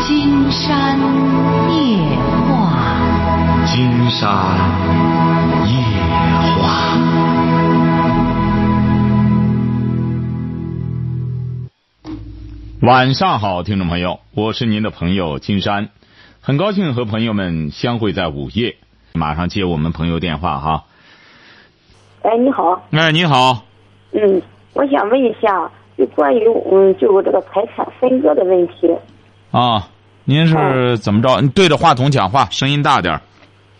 金山夜话，金山夜话。晚上好，听众朋友，我是您的朋友金山，很高兴和朋友们相会在午夜。马上接我们朋友电话哈。哎，你好，哎，你好，嗯，我想问一下，就关于嗯，就我这个财产分割的问题，啊，您是怎么着？你对着话筒讲话，声音大点儿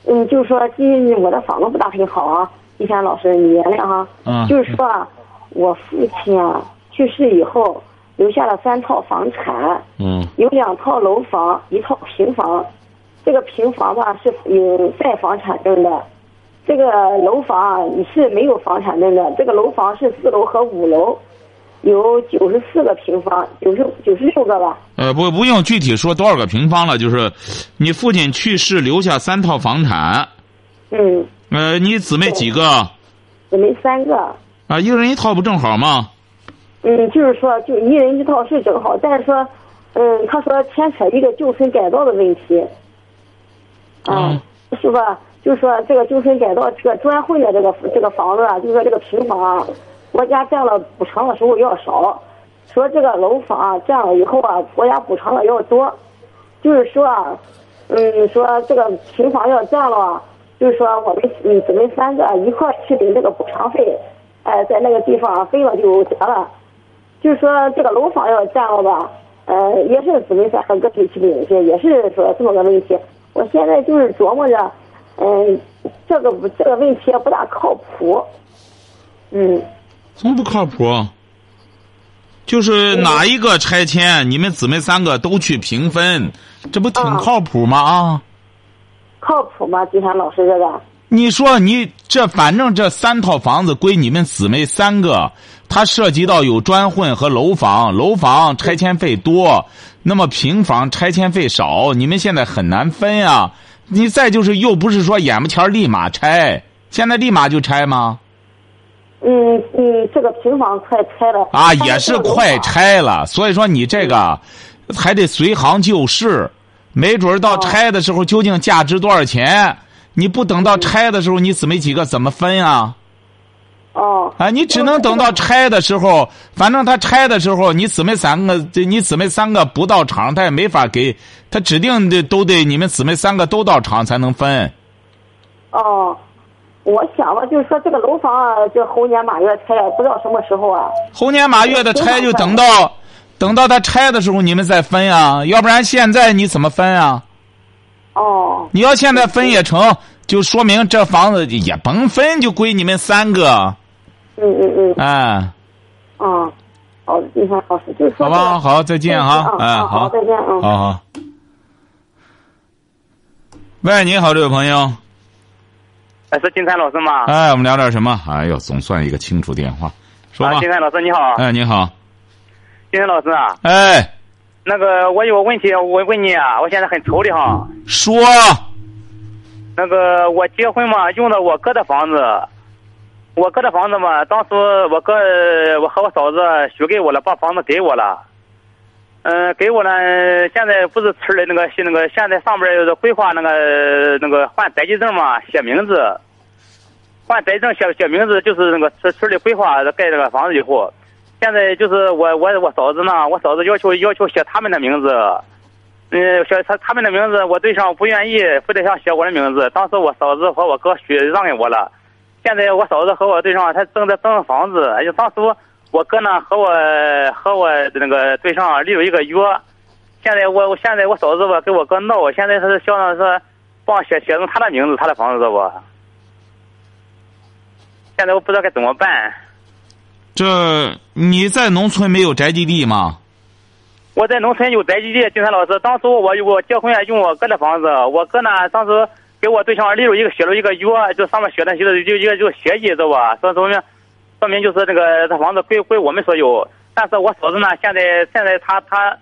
嗯，就是说，今我的房子不大很好啊，金山老师，你原谅哈、嗯就是说啊，我父亲啊去世以后，留下了三套房产，嗯有两套楼房，一套平房，这个平房吧是有带房产证的，这个楼房啊是没有房产证的，这个楼房是四楼和五楼，有九十四个平方，九十九十六个吧，呃，不，不用具体说多少个平方了，就是你父亲去世留下三套房产，嗯，呃，你姊妹几个？啊、也没三个，一个人一套不正好吗？嗯，就是说就一人一套是正好，但是说，嗯，他说牵扯一个旧村改造的问题，啊，是吧？就是说这个旧村改造这个专混的这个这个房子啊，就是说这个平房啊，国家占了补偿的时候要少，说这个楼房啊占了以后啊，国家补偿的要多，就是说啊，嗯，说这个平房要占了啊，就是说我们嗯姊妹三个一块儿去领这个补偿费，哎、在那个地方啊分了就得了。就是说这个楼房要占了吧，呃，也是姊妹三个个体去领去，也是说这么个问题。我现在就是琢磨着，嗯、这个不这个问题也不大靠谱，嗯，怎么不靠谱？就是哪一个拆迁，你们姊妹三个都去平分，这不挺啊靠谱吗？啊，靠谱吗？金山老师这个，你说你这反正这三套房子归你们姊妹三个，它涉及到有专混和楼房，楼房拆迁费多，那么平房拆迁费少，你们现在很难分呀、你再就是又不是说眼巴前儿立马拆，现在立马就拆吗？嗯嗯，这个平房快拆了啊，也是快，拆了，所以说你这个还得随行就市，没准儿到哦拆的时候究竟价值多少钱，你不等到拆的时候，你姊妹几个怎么分啊？哦，啊，你只能等到拆的时候，反正他拆的时候，你姊妹三个，这你姊妹三个不到场，他也没法给，他指定得都得你们姊妹三个都到场才能分。哦，我想吧，就是说这个楼房啊，这猴年马月拆，不知道什么时候啊，猴年马月的拆就等到，等到他拆的时候你们再分啊，要不然现在你怎么分啊？哦，你要现在分也成，就说明这房子也甭分，就归你们三个。嗯嗯嗯。哎，嗯，好，你看老师就是好说这个、吧，好，再见哈，嗯哎，好好再见嗯好好。喂，你好，这位朋友，哎，是金山老师吗？哎，我们聊点什么？哎呦，总算一个清楚电话，说吧啊，金。山老师你好，哎，你好，金山老师啊，哎，那个我有个问题，我问你啊，我现在很愁的哈。说，那个我结婚嘛，用的我哥的房子，我哥的房子嘛，当时我哥我和我嫂子许给我了，把房子给我了。嗯、给我了。现在不是村里那个那个，现在上边儿规划那个那个换宅基证嘛，写名字，换宅证写写名字，就是那个村村里规划盖这个房子以后，现在就是我我我嫂子呢，我嫂子要求要求写他们的名字，嗯，写他他们的名字，我对象不愿意，非得想写我的名字。当时我嫂子和我哥许让给我了，现在我嫂子和我对象他正在争房子，哎呀，当时我哥呢和我和我那个对象立了一个约，现在我我现在我嫂子吧跟我哥闹，现在他是想让说帮我写写成他的名字，他的房子知道不？现在我不知道该怎么办。这你在农村没有宅基地吗？我在农村有宅基地，金山老师，当初我我结婚啊，用我哥的房子，我哥呢，当时给我对象立了一个写了一个约，就上面写的就是就一个就是协议，知道吧？说说明说明就是那个这房子归归我们所有，但是我嫂子呢，现在现在她她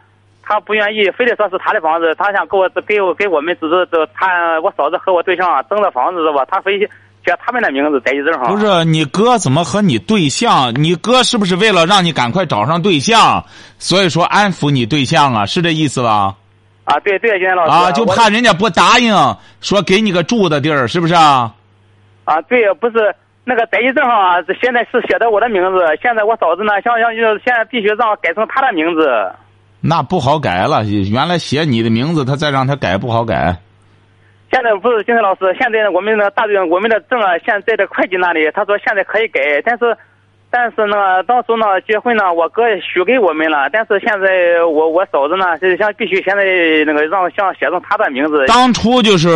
她不愿意，非得说是她的房子，她想给我给我给我们只是只她我嫂子和我对象啊争的房子，知道吧？她非写他们的名字宅基证上。不是你哥怎么和你对象？你哥是不是为了让你赶快找上对象，所以说安抚你对象啊？是这意思吧？啊，对对，金山老师啊，就我怕人家不答应，说给你个住的地儿，是不是啊？啊，对，不是那个登记证上啊，这现在是写的我的名字，现在我嫂子呢，想想就是现在必须让改成她的名字。那不好改了，原来写你的名字，他再让他改不好改。现在不是金山老师，现在呢我们的大队我们的证啊，现在的会计那里，他说现在可以改，但是，但是呢，当时呢结婚呢，我哥也许给我们了，但是现在我我嫂子呢，是想必须现在那个让想写成她的名字。当初就是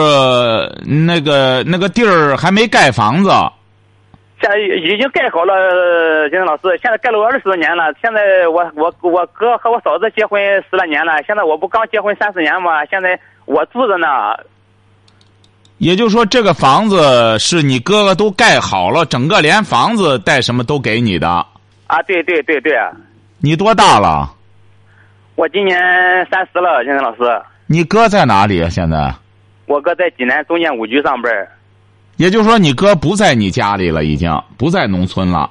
那个那个地儿还没盖房子，现在已经盖好了，呃金山老师，现在盖了我二十多年了。现在我我我哥和我嫂子结婚十来年了，现在我不刚结婚三四年嘛，现在我住着呢。也就是说这个房子是你哥哥都盖好了，整个连房子带什么都给你的。啊，对对对对，你多大了？我今年三十了，金山老师。你哥在哪里啊？现在？我哥在济南中建五局上班儿也就是说你哥不在你家里了，已经不在农村了。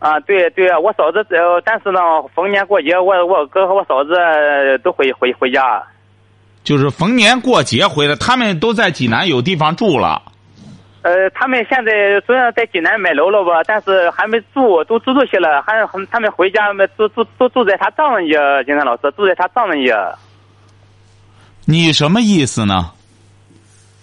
啊，对对，我嫂子呃，但是呢，逢年过节，我我哥和我嫂子呃都回回回家。就是逢年过节回来，他们都在济南有地方住了。呃，他们现在虽然在济南买楼了吧，但是还没住，都住出去了，还还他们回家没住住都住在他丈人家，金山老师住在他丈人家。你什么意思呢？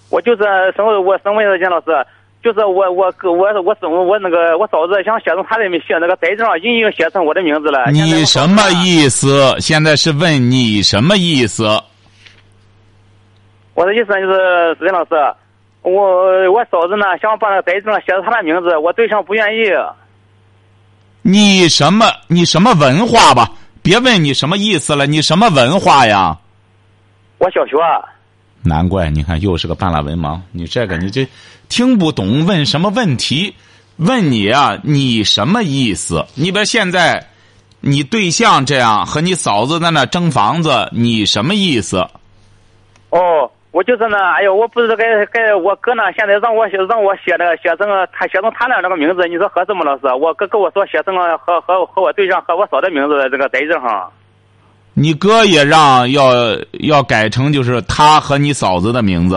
我就是什么，我什么意思，金山老师，就是我我我我我我那个我嫂子想写成他的名，写那个宅证上已经写成我的名字了。哎现在我你嫂什子么意思？现在是问你什么意思？我的意思呢就是，任老师，我我嫂子呢想把那宅证写上她的名字，我对象不愿意。你什么？你什么文化吧？别问你什么意思了，你什么文化呀？我小学啊难怪你看又是个半拉文盲，你这个你这听不懂问什么问题？问你啊，你什么意思？你别现在你对象这样和你嫂子在那争房子，你什么意思？哦，我就是呢，哎呦，我不知道该该我哥呢，现在让我写让我写的写成个他写成他俩那个名字，你说合适吗，老师？我哥跟我说写成个和和和我对象和我嫂的名字的这个宅证上。你哥也让要要改成就是他和你嫂子的名字，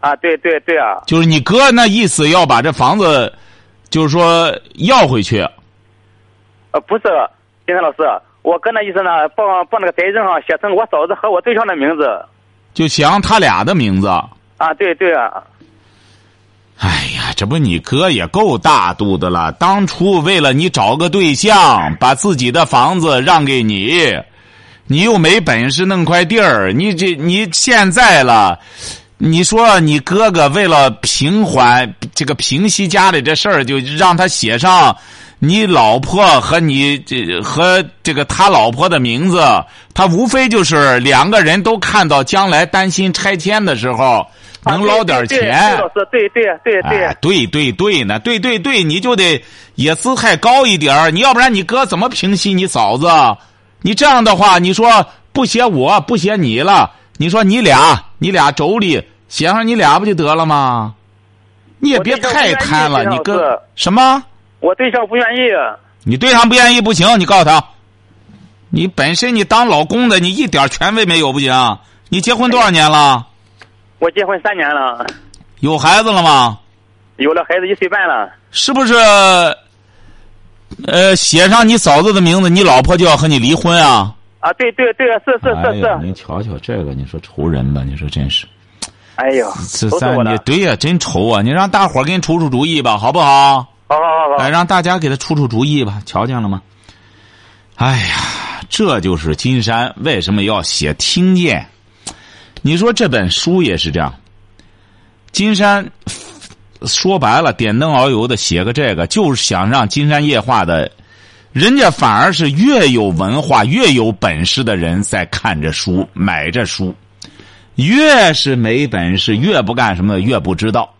啊，对对对啊，就是你哥那意思要把这房子，就是说要回去。呃，不是，金山老师，我哥那意思呢，把把那个宅证上写成我嫂子和我对象的名字。就想他俩的名字。啊，对对啊，哎呀，这不你哥也够大度的了。当初为了你找个对象，把自己的房子让给你，你又没本事弄块地儿，你这你现在了，你说你哥哥为了平缓这个平息家里这事儿，就让他写上你老婆和你这和这个他老婆的名字，他无非就是两个人都看到将来担心拆迁的时候啊能捞点对对对钱。对老师，对对对对。哎，对对对呢，对对对，你就得也姿态高一点儿，你要不然你哥怎么平息你嫂子？你这样的话，你说不写我不写你了，你说你俩你俩妯娌写上你俩不就得了吗？你也我别对象太不愿意贪了，这你样哥子什么？我对象不愿意。你对象不愿意不行，你告诉他，你本身你当老公的你一点权威没有不行？你结婚多少年了？我结婚三年了，有孩子了吗？有了孩子一岁半了。是不是？呃，写上你嫂子的名字，你老婆就要和你离婚啊？啊，对对对，是是哎是是。瞧瞧这个，你说愁人吧？你说真是，哎呦，这愁死三我你了。对呀、真愁啊！你让大伙儿给你出出主意吧，好不好？好好好好哎，。让大家给他出出主意吧，瞧见了吗？哎呀，这就是金山为什么要写听见。你说这本书也是这样，金山说白了，点灯熬油的写个这个，就是想让金山夜话的人家反而是越有文化、越有本事的人在看这书、买这书，越是没本事、越不干什么的、越不知道。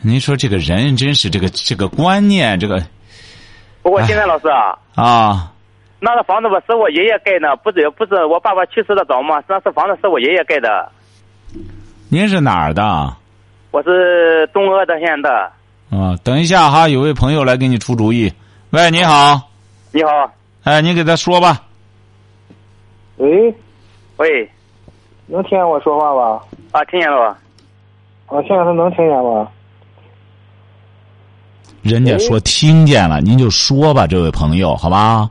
您说这个人真是这个这个观念，这个不过金山老师啊，啊，那个房子吧是我爷爷盖的，不是不是我爸爸去世的早嘛，那是房子是我爷爷盖的。您是哪儿的啊？我是东阿德县的。啊等一下哈，有位朋友来给你出主意。喂，你好，你好，哎，你给他说吧。喂，喂，能听见我说话吧？啊，听见了吧？啊，现在他能听见吗？人家说听见了，您就说吧，这位朋友，好吧？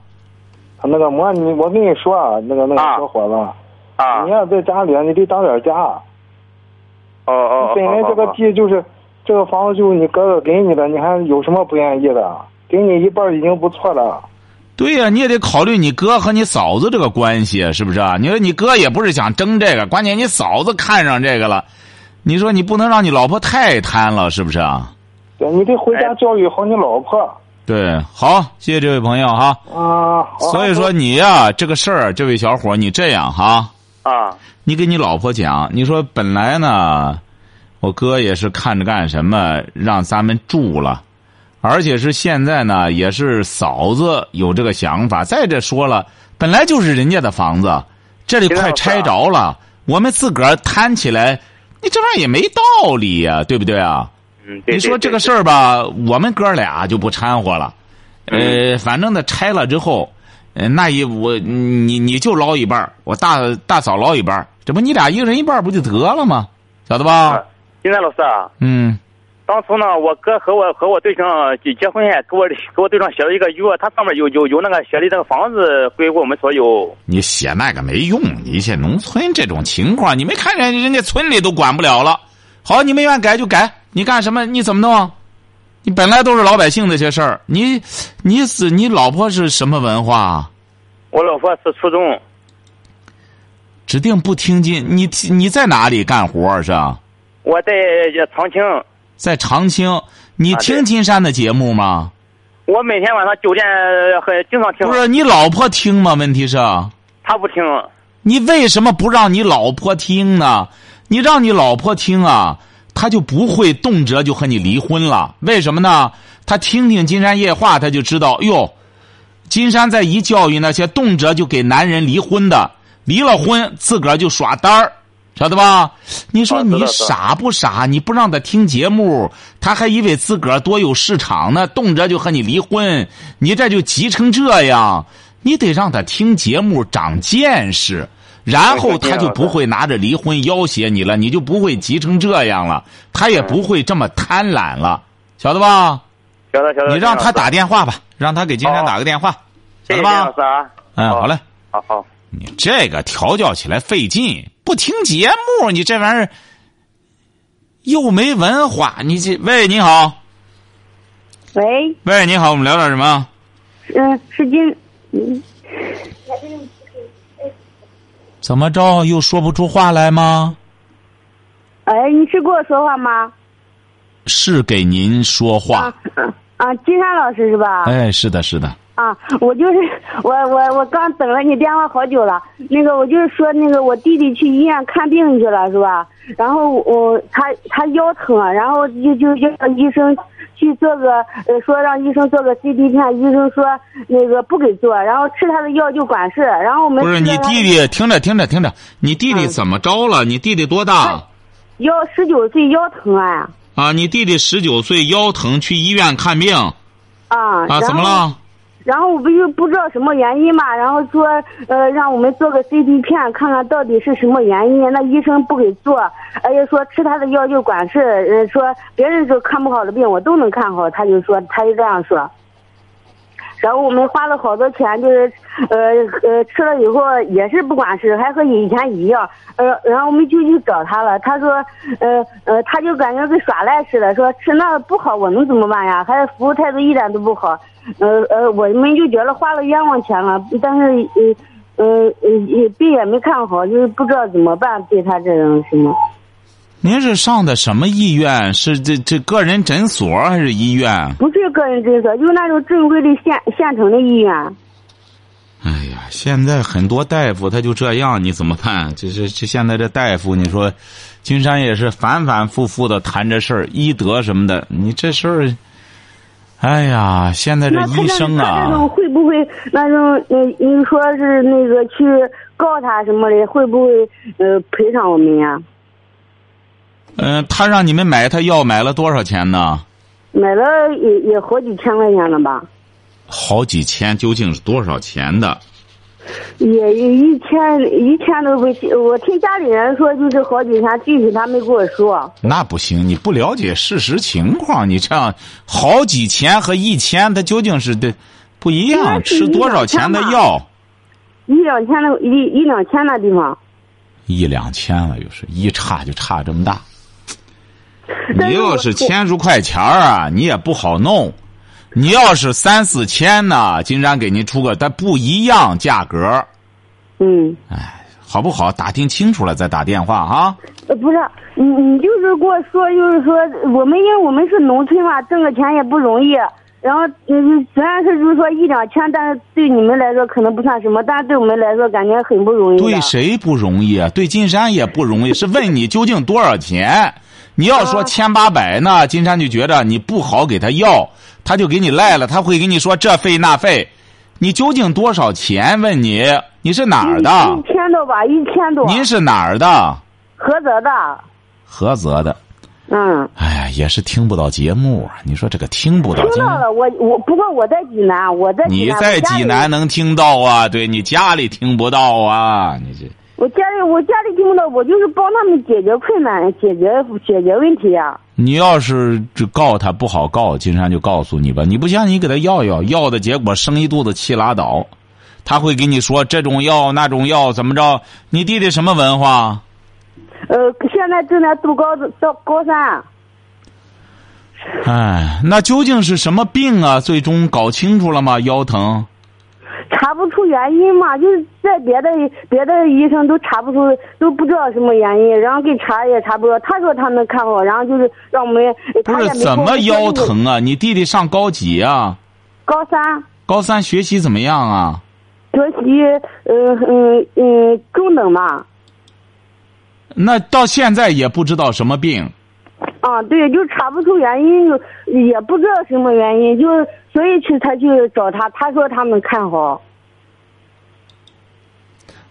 他啊那个么，你我跟你说啊，那个那啊个小伙子，啊，你要在家里啊，你得当点家。哦哦，哦本来这个哦地就是这个房子就是你哥哥给你的，你还有什么不愿意的？给你一半已经不错了。对呀、你也得考虑你哥和你嫂子这个关系是不是啊？你说你哥也不是想争这个，关键你嫂子看上这个了，你说你不能让你老婆太贪了，是不是啊？对，你得回家哎教育好你老婆对，好，谢谢这位朋友哈。啊。好所以说你呀、这个事儿，这位小伙儿，你这样哈，啊你给你老婆讲，你说本来呢，我哥也是看着干什么让咱们住了，而且是现在呢，也是嫂子有这个想法。再者说了，本来就是人家的房子，这里快拆着了，我们自个儿摊起来，你这玩意儿也没道理呀、对不对啊？嗯，对你说这个事儿吧，我们哥俩就不掺和了。嗯呃，反正呢，拆了之后，呃、那一我你你就捞一半儿我大大嫂捞一半儿这不你俩一个人一半儿不就得了吗？晓得吧？啊，金山老师啊，嗯，当初呢，我哥和我和我对象结结婚，给我 给我对象写了一个约，他上面有有有那个写的那个房子归我们所有。你写那个没用，你写农村这种情况，你没看见人家村里都管不了了。好，你们愿改就改，你干什么？你怎么弄啊？你本来都是老百姓这些事儿，你你是你老婆是什么文化啊？我老婆是初中，指定不听进。你你在哪里干活儿是啊？我在呃长清，在长清，你啊对听金山的节目吗？我每天晚上九点呃很经常听不，是，你老婆听吗？问题是，他不听。你为什么不让你老婆听呢？你让你老婆听啊，她就不会动辄就和你离婚了。为什么呢？她听听金山夜话，她就知道，哟，金山在一教育那些动辄就给男人离婚的，离了婚自个儿就耍单儿，晓得吧？你说啊知道你知道傻不傻？你不让他听节目，他还以为自个儿多有市场呢，动辄就和你离婚，你这就急成这样，你得让他听节目长见识。然后他就不会拿着离婚要挟你了，你就不会急成这样了，他也不会这么贪婪了，晓得吧？晓得晓得。你让他金山老打师，电话吧，让他给金山打个电话，谢晓得谢金山老吧？师啊啊。嗯，好嘞。好好。你这个调教起来费劲，不听节目，你这玩意儿又没文化。你这喂，你好，喂，喂，你好，我们聊点什么？嗯、是金，嗯，怎么着又说不出话来吗？哎，你是跟我说话吗？是给您说话啊。啊，金山老师是吧？哎，是的，是的。啊，我就是我我我刚等了你电话好久了。那个我就是说那个我弟弟去医院看病去了是吧？然后我他他腰疼，啊然后就就就让医生去做个呃说让医生做个 CT 片，医生说那个不给做，然后吃他的药就管事。然后我嗯们不是吃了你他弟弟，听着听着听着，你弟弟怎么着了？你弟弟多大腰十九岁腰疼啊啊？你弟弟十九岁，腰疼去医院看病啊啊？怎么？然后了？然后我不就不知道什么原因嘛，然后说呃让我们做个 CT 片，看看到底是什么原因。那医生不给做，而且说吃他的药就管事，呃说别人说看不好的病我都能看好，他就说他就这样说。然后我们花了好多钱，就是，呃呃，吃了以后也是不管事，还和以前一样。呃，然后我们就去找他了，他说，呃呃，他就感觉跟耍赖似的，说吃那不好，我能怎么办呀？还服务态度一点都不好。呃呃，我们就觉得花了冤枉钱了，但是呃呃呃也病也没看好，就是不知道怎么办，对他这种什么。您是上的什么医院？是这这个人诊所还是医院？不是个人诊所，就是那种正规的县县城的医院。哎呀，现在很多大夫他就这样，你怎么办？就是这现在这大夫，你说，金山也是反反复复的谈这事儿，医德什么的，你这事儿，哎呀，现在这那他医生那那啊种，会不会那种呃，你说是那个去告他什么的，会不会呃赔偿我们呀？嗯、他让你们买他药买了多少钱呢？买了也也好几千块钱了吧？好几千，究竟是多少钱的？也一天一天都不去，我听家里人说就是好几天，具体他没跟我说。那不行，你不了解事实情况，你这样好几千和一千，它究竟是的不一应样，该是吃多少钱的一两千吧药？一两千的，一一两千那地方，一两千了，又是一差就差这么大。但你是要我是千数块钱儿啊，你也不好弄。你要是三四千呢，金山给您出个，但不一样价格儿，嗯，好不好？打听清楚了再打电话哈、啊呃不是，你你就是跟我说，就是说我们因为我们是农村嘛，挣个钱也不容易。然后，嗯，虽然是就是说一两千，但是对你们来说可能不算什么，但是对我们来说感觉很不容易的。对谁不容易啊？对金山也不容易，是问你究竟多少钱。你要啊说千八百呢，金山就觉得你不好给他要，他就给你赖了，他会给你说这费那费。你究竟多少钱？问你，你是哪儿的一？千多吧，一千多。您是哪儿的？菏泽的，菏泽的。嗯，哎呀，也是听不到节目啊！你说这个听不到听节到目，了。我我不过我在济南，我在济你南。在我家里济南能听到啊？对你家里听不到啊？你这。我家里我家里听不到，我就是帮他们解决困难，解决解决问题呀、你要是这告他不好告，金山就告诉你吧。你不相信，你给他要要，要的结果生一肚子气拉倒。他会给你说这种药那种药怎么着？你弟弟什么文化？呃，现在正在读高到高三，哎，那究竟是什么病啊？最终搞清楚了吗？腰疼，查不出原因嘛，就是在别的别的医生都查不出，都不知道什么原因，然后给查也查不着。他说他能看好，然后就是让我们不是怎么腰？疼啊？你弟弟上高几啊？高三高三学习怎么样啊？学习，呃嗯嗯中等嘛。那到现在也不知道什么病。啊，对，就查不出原因，也不知道什么原因，就是所以去才去找他，他说他们看好。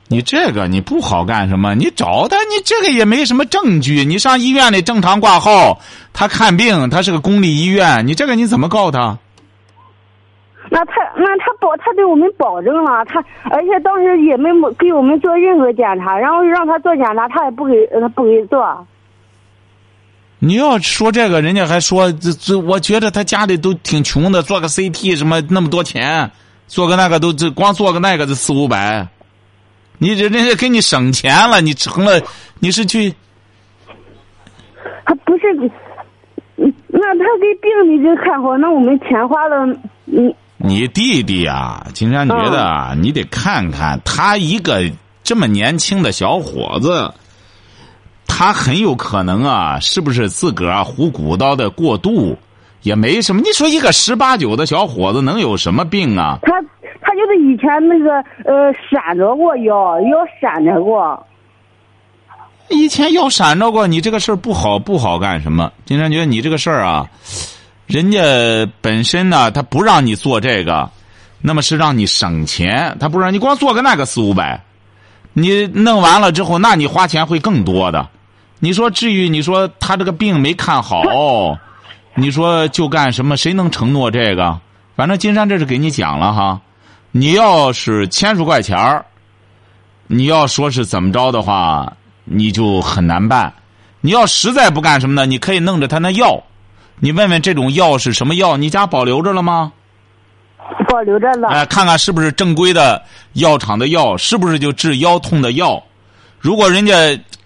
你这个你不好干什么？你找他，你这个也没什么证据。你上医院里正常挂号，他看病，他是个公立医院，你这个你怎么告他？那他那他保他对我们保证了，他而且当时也没给我们做任何检查，然后让他做检查，他也不给他不给做。你要说这个，人家还说这这，我觉得他家里都挺穷的，做个 CT 什么那么多钱，做个那个都这光做个那个就四五百，你这人家给你省钱了，你成了你是去他不是，嗯那他给病理就看好，那我们钱花了，嗯，你弟弟啊，金山觉得啊，你得看看他一个这么年轻的小伙子，他很有可能啊，是不是自个儿啊胡鼓捣的过度，也没什么。你说一个十八九的小伙子能有什么病啊？他他就是以前那个呃闪着过腰，腰闪着过。以前要闪着过，你这个事儿不好不好干什么？金山觉得你这个事儿啊，人家本身呢，他不让你做这个，那么是让你省钱，他不让你光做个那个四五百，你弄完了之后，那你花钱会更多的。你说至于你说他这个病没看好，你说就干什么？谁能承诺这个？反正金山这是给你讲了哈，你要是千数块钱儿，你要说是怎么着的话，你就很难办。你要实在不干什么呢？你可以弄着他那药，你问问这种药是什么药？你家保留着了吗？保留着了。哎、看看是不是正规的药厂的药，是不是就治腰痛的药？如果人家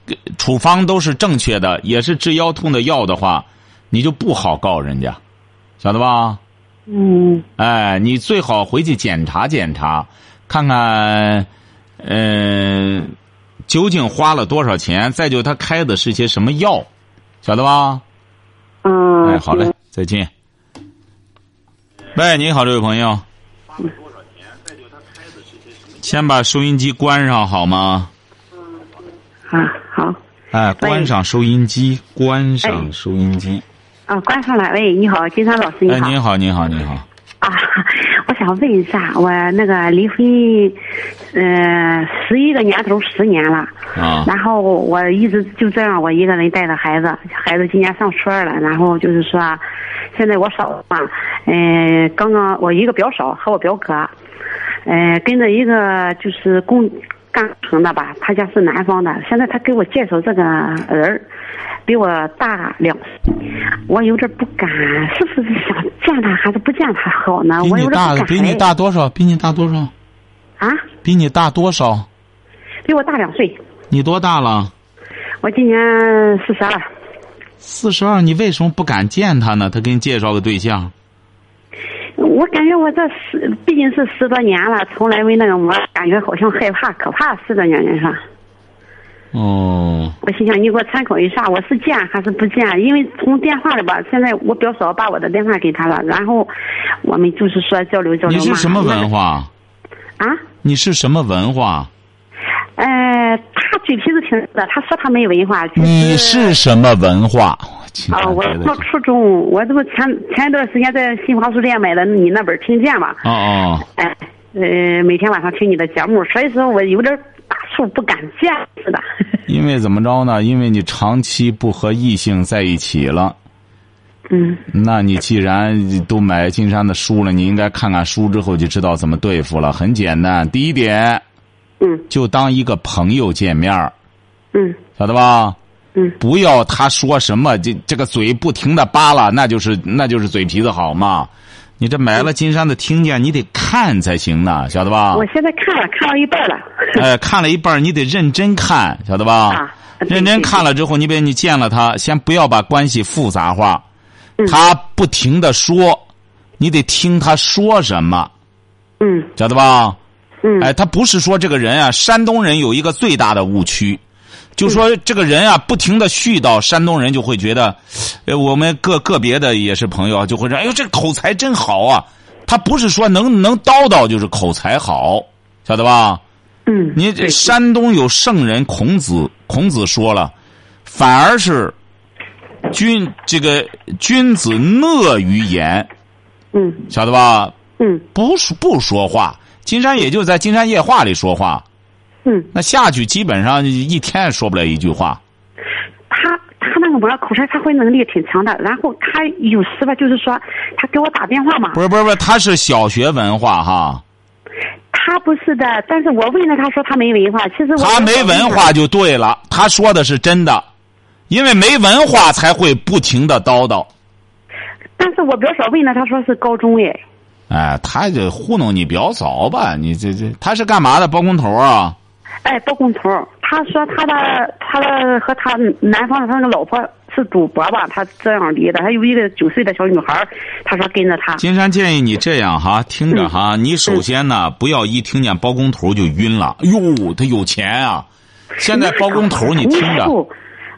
呃处方都是正确的，也是治腰痛的药的话，你就不好告人家，晓得吧？嗯，哎，你最好回去检查检查，看看，嗯、究竟花了多少钱？再就他开的是些什么药，晓得吧？嗯，哎，好嘞，再见。喂，你好，这位朋友。先把收音机关上好吗？行。啊，好，哎，关上收音机，关上哎收音机。啊，关上了。喂，你好，金山老师，你哎，好。您好，您好，您好。啊， 我想问一下，我那个离婚，呃，十一个年头，十年了。啊然后我一直就这样，我一个人带着孩子，孩子今年上初二了。然后就是说，呃现在我嫂子嘛，嗯、刚刚我一个表嫂和我表哥，呃，跟着一个就是工干工程的吧，他家是南方的，现在他给我介绍这个人儿，比我大两岁，我有点不敢，是不是想见他还是不见他好呢？比我你有点不大敢。比你大多少？比你大多少？啊，比你大多少？比我大两岁，你多大了？我今年四十二。四十二，你为什么不敢见他呢？他给你介绍个对象，我感觉我这十，毕竟是十多年了，从来没那个么，感觉好像害怕、可怕似的，娘娘说。哦，我心想，你给我参考一下，我是见还是不见？因为从电话里吧，现在我表嫂把我的电话给他了，然后我们就是说交流交流你嘛。是什么文化？那个？啊，你是什么文化？呃，他嘴皮子挺的，他说他没文化，其实你是什么文化？请啊、看我别的到初中，我这不前前一段时间在新华书店买的你那本《听见》嘛，哦哦，哎，呃，每天晚上听你的节目，所以说我有点大树不敢见似的。因为怎么着呢？因为你长期不和异性在一起了。嗯，那你既然都买金山的书了，你应该看看书之后就知道怎么对付了。很简单，第一点，嗯，就当一个朋友见面儿嗯晓得吧？嗯，不要他说什么，这这个嘴不停的扒拉，那就是那就是嘴皮子好嘛。你这买了金山的听见，你得看才行呢，晓得吧？嗯 我现在看了，看到一半了。 呃，看了一半儿，你得认真看，晓得吧？啊对认真看了之后，你别你见了他，先不要把关系复杂化。嗯他不停的说，你得听他说什么，嗯晓得吧？嗯哎，他不是说这个人啊，山东人有一个最大的误区，就嗯说这个人啊，不停的絮叨，山东人就会觉得，呃，我们个个别的也是朋友啊，就会说，哎呦，这口才真好啊。他不是说能能叨叨就是口才好，晓得吧？嗯，你这山东有圣人孔子，孔子说了，反而是君这个君子讷于言，嗯晓得吧？嗯不说不说话，金山也就在《金山夜话》里说话，嗯，那下去基本上一天也说不了一句话。他他那个么口才发挥能力挺强的，然后他有时吧，就是说他给我打电话嘛，不是不是不是，他是小学文化哈，他不是的，但是我问了，他说他没文化，其实我他没文化，就对了，他说的是真的，因为没文化才会不停的叨叨。但是我表嫂问了，他说是高中哎，哎，他就糊弄你表嫂吧，你这这他是干嘛的？包工头啊？哎，包工头儿，他说他的他的和他南方的他那个老婆是赌博吧，他这样离的，还有一个九岁的小女孩儿，他说跟着他，金山建议你这样哈，听着哈，你首先呢，不要一听见包工头就晕了。哎呦，他有钱啊！现在包工头，你听着，不。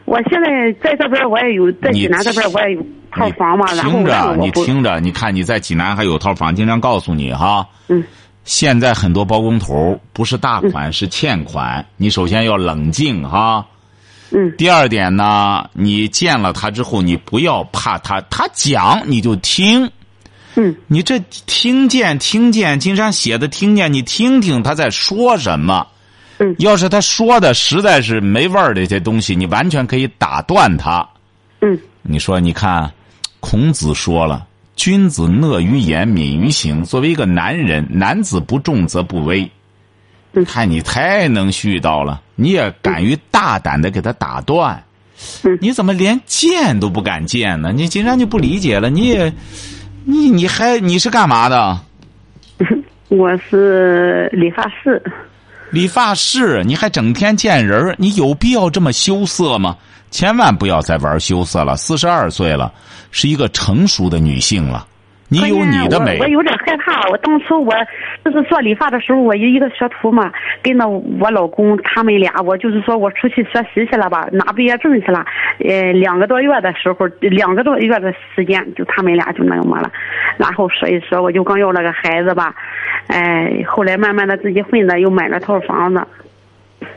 我现在在这边我也有，在济南这边我也有套房嘛，你然后听我着，我你不听着，你看你在济南还有套房，经常告诉你哈。嗯。现在很多包工头不是大款、是欠款，你首先要冷静哈。嗯。第二点呢，你见了他之后，你不要怕他，他讲你就听。嗯。你这听见听见，金山写的听见，你听听他在说什么。嗯要是他说的实在是没味儿的一些东西，你完全可以打断他。嗯你说，你看，孔子说了：“君子讷于言，敏于行。”作为一个男人，男子不重则不威。嗯看你太能絮叨了，你也敢于大胆的给他打断嗯。你怎么连见都不敢见呢？你竟然就不理解了，你也，你你还你是干嘛的？ 我是理发师，理发师，你还整天见人儿你有必要这么羞涩吗？千万不要再玩羞涩了。四十二岁了，是一个成熟的女性了，你有关键哎你的美啊哎啊我。我有点害怕。我当初我就是做理发的时候，我一一个学徒嘛，跟着我老公他们俩，我就是说我出去学习去了吧，拿毕业证去了。呃，两个多月的时候，两个多月的时间，就他们俩就那个么了。然后所以说，我就刚要了个孩子吧，哎、后来慢慢的自己混的，又买了套房啊子。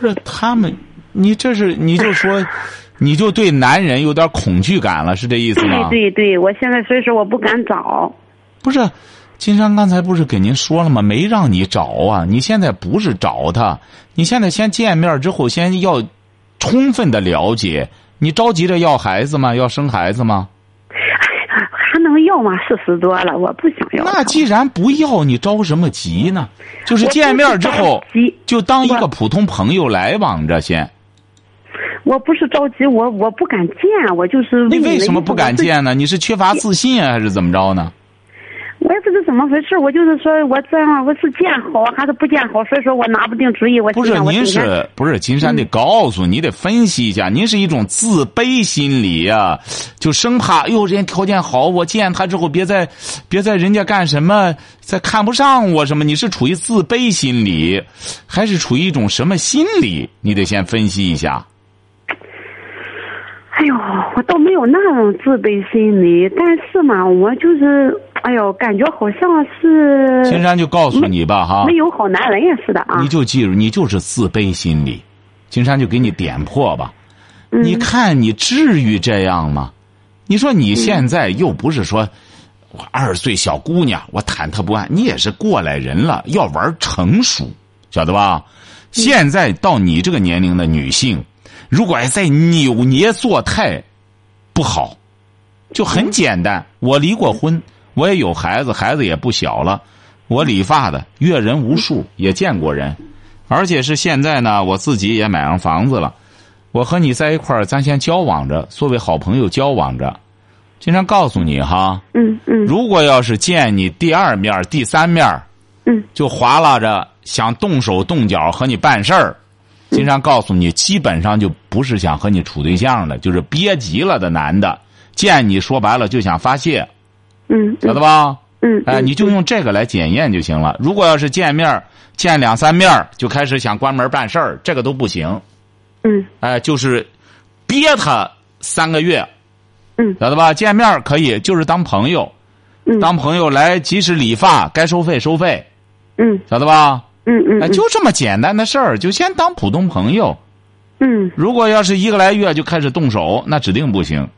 不是他们，你这是你就说，你就对男人有点恐惧感了，是这意思吗？对哎对对，我现在所以说我不敢找。 不是，金山刚才不是给您说了吗？没让你找啊！你现在不是找他，你现在先见面之后，先要充分的了解。你着急着要孩子吗？要生孩子吗？还能要要嘛，四十多了，我不想要它。那既然不要，你着什么急呢？就是我见不面是之着后急，就当一我个普通朋友来往着先。我不是着急，我我不敢见，啊我就是你你的为意什么思不我敢自己见呢？你是缺乏自信啊，还是怎么着呢？我也不知怎么回事，我就是说我这样我是见好还是不见好，所以说我拿不定主意。我不心是，想我嗯您今天是不是金山得告诉你得分析一下，您是一种自卑心理呀、就生怕哎呦人家条件好，我见他之后别再别再人家干什么，再看不上我什么？你是处于自卑心理，还是处于一种什么心理？你得先分析一下。哎呦，我倒没有那种自卑心理，但是嘛，我就是哎呦，感觉好像是金山就告诉你吧，哈，呃没有好男人也是的啊你。就记住，你就是自卑心理。金山就给你点破吧，嗯嗯你看你至于这样吗？你说你现在又不是说，我二十岁小姑娘，我忐忑不安，你也是过来人了，要玩成熟，晓得吧？嗯现在到你这个年龄的女性，如果还在扭捏作态，不好。就嗯很简单。我离过婚，我也有孩子，孩子也不小了。我理发的阅人无数，也见过人，而且是现在呢，我自己也买上房子了。我和你在一块儿，咱先交往着，作为好朋友交往着。经常告诉你哈，嗯嗯如果要是见你第二面、第三面，嗯，就划拉着想动手动脚和你办事儿，经常告诉你，基本上就不是想和你处对象的，就是憋急了的男的，见你说白了就想发泄，嗯，晓得吧？嗯，嗯 哎，你就用这个来检验就行了。如果要是见面儿见两三面儿就开始想关门办事儿，这个都不行。嗯哎，就是憋他三个月，嗯晓得吧？见面儿可以，就是当朋友，嗯当朋友来，即使理发该收费收费，嗯晓得吧？嗯嗯，哎，就这么简单的事儿，就先当普通朋友。嗯，如果要是一个来月就开始动手，那指定不行。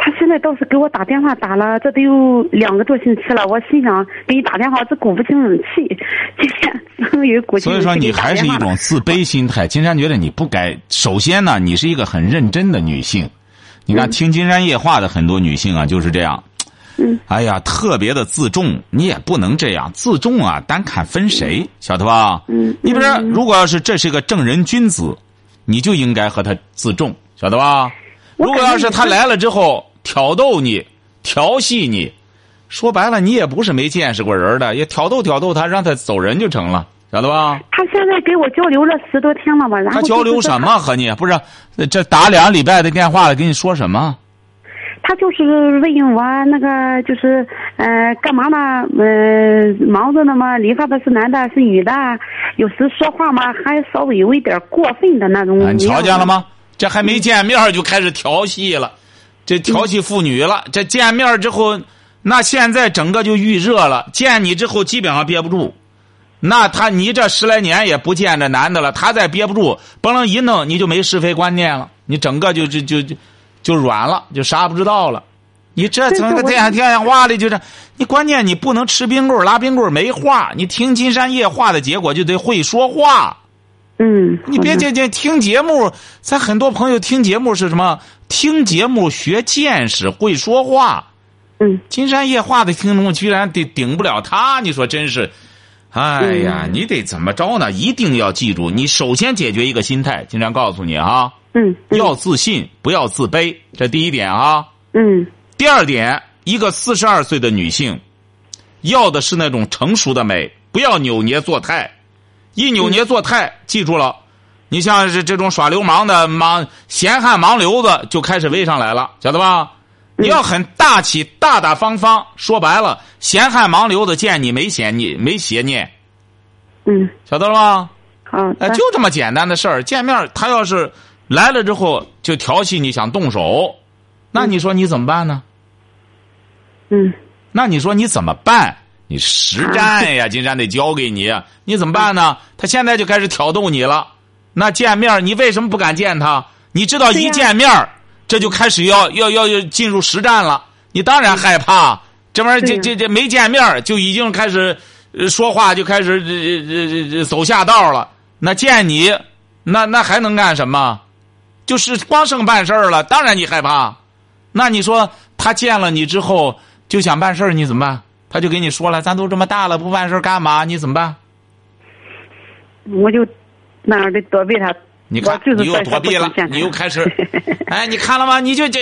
他现在倒是给我打电话打了，这得有两个多星期了。我心想给你打电话，这鼓不起勇气，今天终于鼓起所勇以气说，给你打还是电一话了种自卑心态。金山觉得你不该。首先呢，你是一个很认真的女性。你看，听金山夜话的很多女性啊，就是这样。嗯。哎呀，特别的自重，你也不能这样。自重啊，单看分谁，晓得吧？嗯你比如说，如果要是这是个正人君子，你就应该和他自重，晓得吧？我如果要是感觉你他来了之后挑逗你、调戏你，说白了你也不是没见识过人儿的，也挑逗挑逗他，让他走人就成了，晓得吧？他现在给我交流了十多天了吧？然后他交流就是什么啊和你？不是这打两礼拜的电话了，跟你说什么？他就是问我那个就是呃干嘛呢？呃忙着呢吗？理发的是男的是女的？有时说话嘛还稍微有一点过分的那种。嗯啊，你瞧见了？吗？这还没见面儿就开始调戏了，这调戏妇女了。这见面儿之后，那现在整个就预热了。见你之后基本上憋不住，那他你这十来年也不见这男的了，他再憋不住，嘣楞一弄你就没是非观念了，你整个就就就就就软了，就啥也不知道了。你这对怎么对个我电电眼花的，就是你关键你不能吃冰棍儿拉冰棍儿没话，你听金山夜话的结果就得会说话。嗯，你别好的这这听节目，咱很多朋友听节目是什么？听节目学见识，会说话。嗯，金山夜话的听众居然得顶不了他，你说真是，哎呀，嗯你得怎么着呢？一定要记住，你首先解决一个心态。金山告诉你啊，嗯嗯要自信，不要自卑，这第一点啊。嗯第二点，一个四十二岁的女性，要的是那种成熟的美，不要扭捏作态。一扭捏作态，记住了，你像是这种耍流氓的莽闲汉盲流子就开始围上来了，晓得吧？你要很大气、大大方方。说白了，闲汉盲流子见你没嫌你没邪念，嗯，晓得了吗？好的哎，就这么简单的事儿。见面儿他要是来了之后就调戏你，想动手，那你说你怎么办呢？嗯那你说你怎么办？你实战呀，金山得教给你，啊你怎么办呢？他现在就开始挑逗你了。那见面儿你为什么不敢见他？你知道对一呀见面儿这就开始要要要要进入实战了，你当然害怕。这玩意儿对这这呀这没见面儿就已经开始呃说话，就开始呃这这这走下道了。那见你，那那还能干什么？就是光剩办事儿了，当然你害怕。那你说他见了你之后就想办事儿，你怎么办？他就给你说了，咱都这么大了，不办事儿干嘛？你怎么办？我就那样的躲避他。你看我，就是你又在他躲避不了出现，你又开始， 哎，你看了吗？你就这，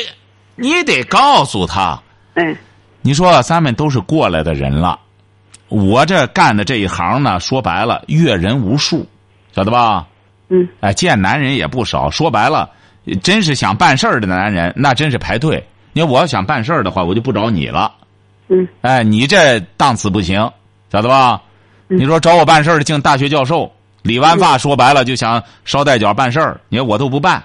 你得告诉他，嗯你说咱们都是过来的人了，我这干的这一行呢，说白了阅人无数，晓得吧？嗯哎，见男人也不少。说白了，真是想办事儿的男人，那真是排队。你看我要想办事儿的话，我就不找你了。嗯哎，你这档次不行，晓得吧？嗯你说找我办事儿的竟大学教授，理完发说白了就想捎带脚办事儿，你看我都不办，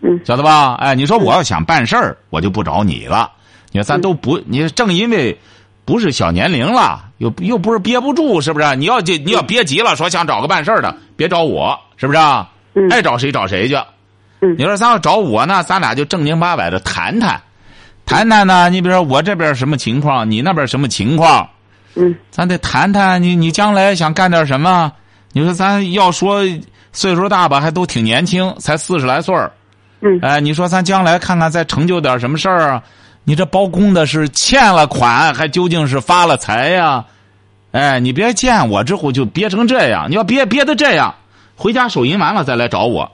嗯晓得吧？哎，你说我要想办事儿，我就不找你了。你看嗯咱都不，你正因为不是小年龄了，又又不是憋不住，是不啊是？你要这嗯你要憋急了，说想找个办事儿的，别找我，是不是啊？嗯爱找谁找谁去。嗯你说咱要找我呢，咱俩就正经八百的谈谈，谈谈呢。你比如说我这边什么情况，你那边什么情况，嗯咱得谈谈你你将来想干点什么。你说咱要说岁数大吧，还都挺年轻，才四十来岁儿。嗯哎，你说咱将来看看再成就点什么事儿啊？你这包公的是欠了款，还究竟是发了财呀、哎，你别见我之后就憋成这样，你要憋憋的这样，回家手淫完了再来找我。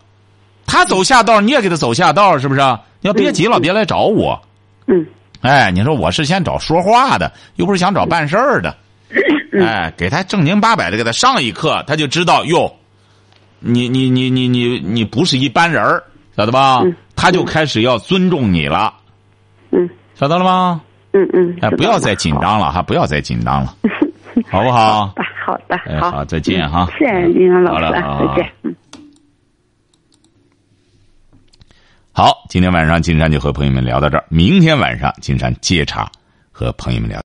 他走下道，你也给他走下道，是不是？你要憋急了，别来找我。嗯哎，你说我是先找说话的，又不是想找办事儿的。嗯哎，给他正经八百的给他上一课，他就知道哟，你你你你你你不是一般人儿，晓得吧嗯？他就开始要尊重你了，嗯晓得了吗？嗯嗯。哎，知道不要了再紧。好张了哈，不要再紧张 了，好不好？的好的，哎好再见哈谢谢您啊老好师了啊，好再见。嗯。好，今天晚上金山就和朋友们聊到这儿，明天晚上金山接茬和朋友们聊。